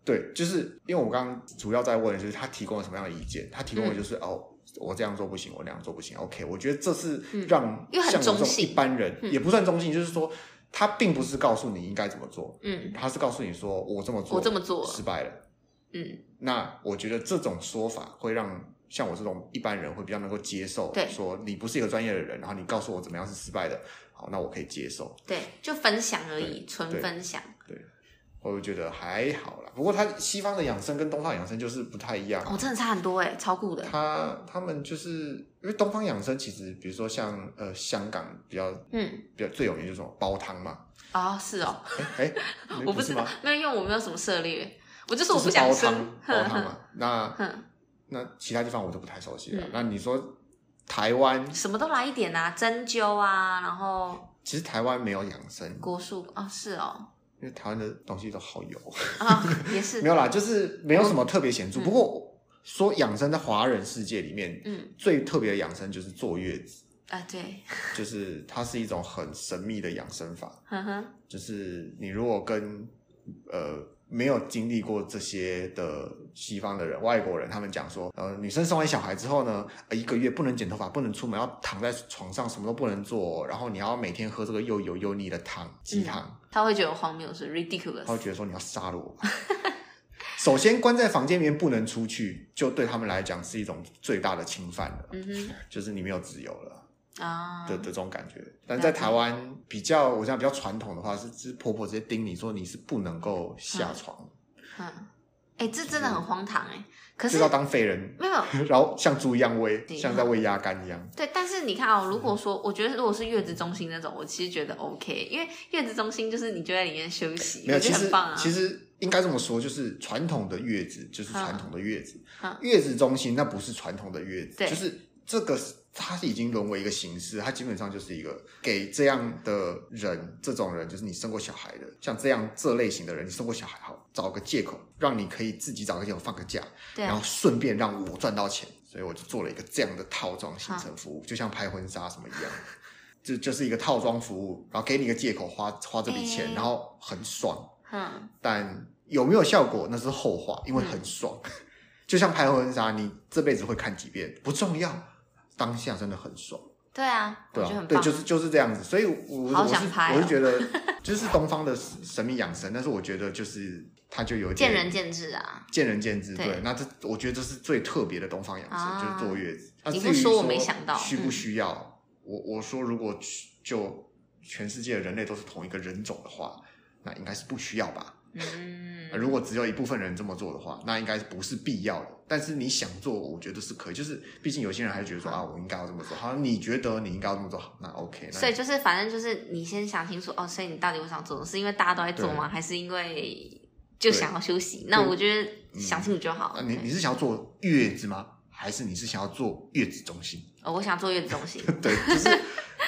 B: 对，就是因为我刚刚主要在问，的就是他提供了什么样的意见？他提
A: 嗯
B: 供的就是、哦，我这样做不行，我那样做不行。OK，我觉得这是让
A: 嗯因为很
B: 像我这
A: 中
B: 种一
A: 性嗯
B: 般人、也不算中性，就是说他并不是告诉你应该怎么做，
A: 嗯，
B: 他是告诉你说我这么做，
A: 我这么做，
B: 失败了。
A: 嗯，
B: 那我觉得这种说法会让像我这种一般人会比较能够接受，
A: 对
B: 说你不是一个专业的人，然后你告诉我怎么样是失败的，好，那我可以接受。
A: 对，就分享而已，
B: 对
A: 纯
B: 对
A: 分享。
B: 我就觉得还好啦。不过他西方的养生跟东方养生就是不太一样，
A: 哦，真的差很多哎，超酷的。
B: 他他们就是因为东方养生其实，比如说像呃香港比较
A: 嗯，
B: 比较最有名就是什么煲汤嘛，
A: 哦，是哦，
B: 哎、哎，
A: 我
B: 不
A: 知
B: 是
A: 道
B: 吗？，
A: 没有，因为我没有什么涉猎，我就
B: 就是
A: 我不
B: 是
A: 想
B: 煲
A: 生
B: 汤，煲汤
A: 哼
B: 嘛。那
A: 哼，
B: 那其他地方我都不太熟悉了。
A: 嗯
B: 那你说台湾
A: 什么都来一点啊，针灸啊，然后
B: 其实台湾没有养生，
A: 国术哦，是哦，
B: 因为台湾的东西都好油，
A: 啊，也是
B: 没，有啦，就是没有什么特别显著。
A: 嗯
B: 不过说养生在华人世界里面
A: 嗯，
B: 最特别的养生就是坐月子，
A: 啊，对，
B: 就是它是一种很神秘的养生法，
A: 哼哼，
B: 就是你如果跟呃。没有经历过这些的西方的人、外国人，他们讲说，呃，女生生完小孩之后呢，呃一个月不能剪头发，不能出门，要躺在床上，什么都不能做，然后你要每天喝这个又油又腻的汤，鸡
A: 嗯
B: 汤，
A: 他会觉得我荒谬，是 ridiculous，
B: 他会觉得说你要杀了我吧。 首先关在房间里面不能出去，就对他们来讲是一种最大的侵犯了，
A: 嗯
B: 就是你没有自由了。
A: 哼，啊，
B: 的的这种感觉。但在台湾比较，我想比较传统的话是，是婆婆直接叮你说你是不能够下床，
A: 嗯，哎、这真的很荒唐哎、可
B: 就是是要当废人，
A: 没有
B: 然后像猪一样喂，
A: 对啊
B: 像在喂鸭肝一样。
A: 对，但是你看哦，如果说我觉得如果是月子中心那种，我其实觉得 OK，因为月子中心就是你就在里面休息，
B: 没有，
A: 我觉
B: 其
A: 得
B: 实
A: 很棒啊。
B: 其实应该这么说，就是传统的月子就是传统的月子
A: 嗯，
B: 月子中心那不是传统的月子，
A: 对
B: 就是这个是它已经沦为一个形式，它基本上就是一个给这样的人，这种人就是你生过小孩的，像这样这类型的人，你生过小孩好，找个借口让你可以自己找个借口放个假，
A: 对
B: 然
A: 啊，
B: 后顺便让我赚到钱，所以我就做了一个这样的套装行程服务，就像拍婚纱什么一样，就就是一个套装服务，然后给你一个借口花花这笔钱，
A: 哎
B: 然后很爽，
A: 嗯，
B: 但有没有效果那是后话，因为很 爽。就像拍婚纱，你这辈子会看几遍不重要，当下真的很爽。
A: 对啊，
B: 对
A: 我觉得
B: 啊
A: 很，
B: 对，
A: 棒。
B: 就是就是这样子，所以我
A: 好
B: 我是
A: 想拍哦
B: 我是 觉得就是东方的神秘养生，但是我觉得就是它就有一
A: 见
B: 点
A: 仁见智啊。
B: 见仁见智，
A: 对
B: 对。那这我觉得这是最特别的东方养生，
A: 啊
B: 就是坐月子。那
A: 你
B: 至
A: 不
B: 于
A: 说我
B: 说
A: 没想到
B: 需
A: 嗯
B: 不需要？我我说如果就全世界的人类都是同一个人种的话，那应该是不需要吧。
A: 嗯，
B: 如果只有一部分人这么做的话，那应该不是必要的。但是你想做，我觉得是可以。就是毕竟有些人还是觉得说啊，我应该要这么做。好，你觉得你应该要这么做，好那 OK 那。
A: 所以就是反正就是你先想清楚哦，所以你到底为啥做？是因为大家都在做吗？还是因为就想要休息？那我觉得想清楚就好。
B: 啊，你
A: 对
B: 你是想要做月子吗？还是你是想要做月子中心？
A: 哦，我想做月子中心。
B: 对，就是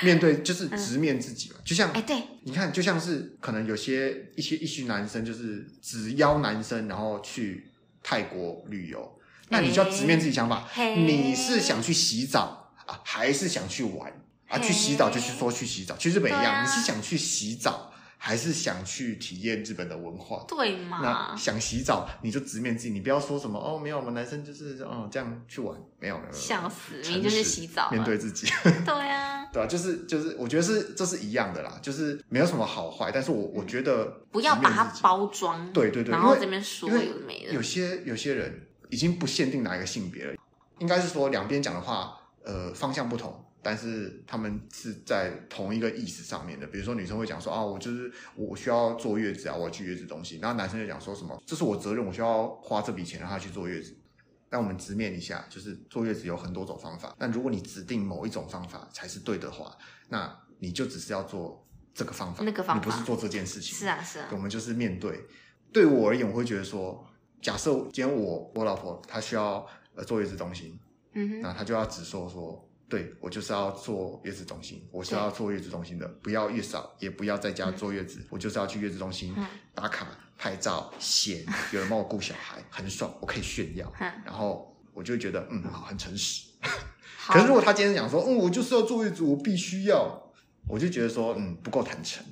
B: 面对，就是直面自己嘛。就像
A: 嗯哎，对，
B: 你看，就像是可能有些一些一些男生就是只邀男生，然后去泰国旅游，那你就要直面自己想法，
A: 嘿
B: 你是想去洗澡啊，还是想去玩啊？
A: 嘿
B: 去洗澡就是说去洗澡，去日本一
A: 对
B: 样，
A: 啊
B: 你是想去洗澡，还是想去体验日本的文化？
A: 对
B: 那呃
A: 嘛？
B: 想洗澡你就直面自己，你不要说什么哦，没有，我们男生就是哦这样去玩，没有没有，没有
A: 想死，
B: 诚
A: 明明就是
B: 实
A: 洗澡
B: 面
A: 了。
B: 对自己。
A: 对啊，
B: 对啊，就是就是，我觉得是这是一样的啦，就是没有什么好坏，但是我我觉得
A: 嗯不要把它
B: 直面自己
A: 包装。
B: 对对对，
A: 然
B: 因
A: 后
B: 为
A: 这边说
B: 因为
A: 有的没的
B: 有。些有些人已经不限定哪一个性别了，应该是说两边讲的话，呃，方向不同。但是他们是在同一个意思上面的，比如说女生会讲说啊，我就是我我需要坐月子啊，我要去月子中心。然后男生就讲说什么，这是我责任，我需要花这笔钱让他去坐月子。但我们直面一下，就是坐月子有很多种方法。那如果你指定某一种方法才是对的话，那你就只是要做这个方法，
A: 那个方法
B: 你不是做这件事情。
A: 是啊，是啊，
B: 我们就是面对。对我而言，我会觉得说，假设今天我我老婆她需要呃做月子中心，
A: 嗯哼，
B: 那她就要直说说，对我就是要做月子中心，我是要做月子中心的，不要月嫂，也不要在家坐月子，我就是要去月子中心、
A: 嗯
B: 打卡拍照，闲，有人帮我顾小孩，很爽，我可以炫耀，
A: 哼，
B: 然后我就会觉得嗯好，很诚实。
A: 好
B: 可是如果他今天讲说，嗯，我就是要坐月子，我必须要，我就觉得说，嗯，不够坦诚。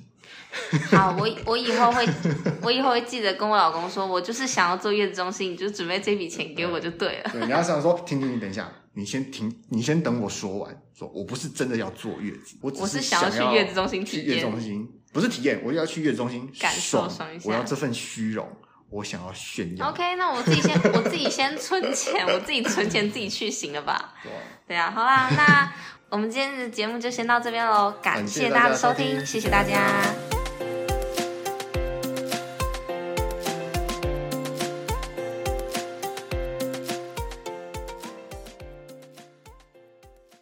A: 好，我我以后会， 我以后会记得跟我老公说，我就是想要做月子中心，你就准备这笔钱给我就对了。
B: 对，你要想说，停停，你等一下，你先停，你先等我说完。说我不是真的要坐月子，我只
A: 我是
B: 想
A: 想要去月子中心
B: 去
A: 体
B: 月子
A: 验
B: 中，心，不是体验，我要去月子中心
A: 感受
B: 爽
A: 爽一下
B: 我要这份虚荣，我想要炫耀。
A: OK，那我自己先，我自己先存钱，我自己存钱自己去行了吧？
B: 对啊
A: 对啊，好啦，那我们今天的节目就先到这边喽，感
B: 感谢
A: 谢
B: 大
A: 大家
B: 家
A: 的收
B: 收听
A: 听，谢谢大家。